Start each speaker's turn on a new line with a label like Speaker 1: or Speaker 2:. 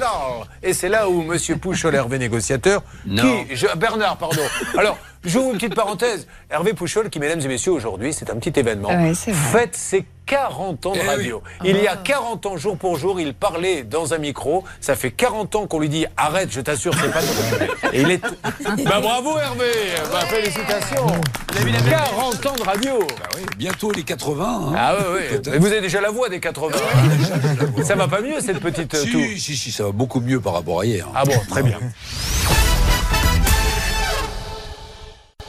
Speaker 1: parle. Et c'est là où Monsieur Pouchol, Hervé négociateur,
Speaker 2: Non.
Speaker 1: qui, je- Bernard, pardon. Alors, j'ouvre une petite parenthèse. Hervé Pouchol, qui, mesdames et messieurs, aujourd'hui, c'est un petit événement.
Speaker 3: Ouais, c'est vrai. Ah.
Speaker 1: Faites ses 40 ans de
Speaker 2: Eh
Speaker 1: radio. Il y a 40 ans, jour pour jour, il parlait dans un micro. Ça fait 40 ans qu'on lui dit arrête, je t'assure, c'est pas ton Et il est. Bah bravo Hervé Bah félicitations 40 ans de radio
Speaker 2: Bah Oui, bientôt les 80. hein.
Speaker 1: Ah ouais, ouais.
Speaker 2: Peut-être.
Speaker 1: Mais vous avez déjà la voix des 80. Ça va pas mieux cette petite euh, toux
Speaker 2: Si, si, si, ça va beaucoup mieux par rapport à hier. hein.
Speaker 1: Ah bon, très bien.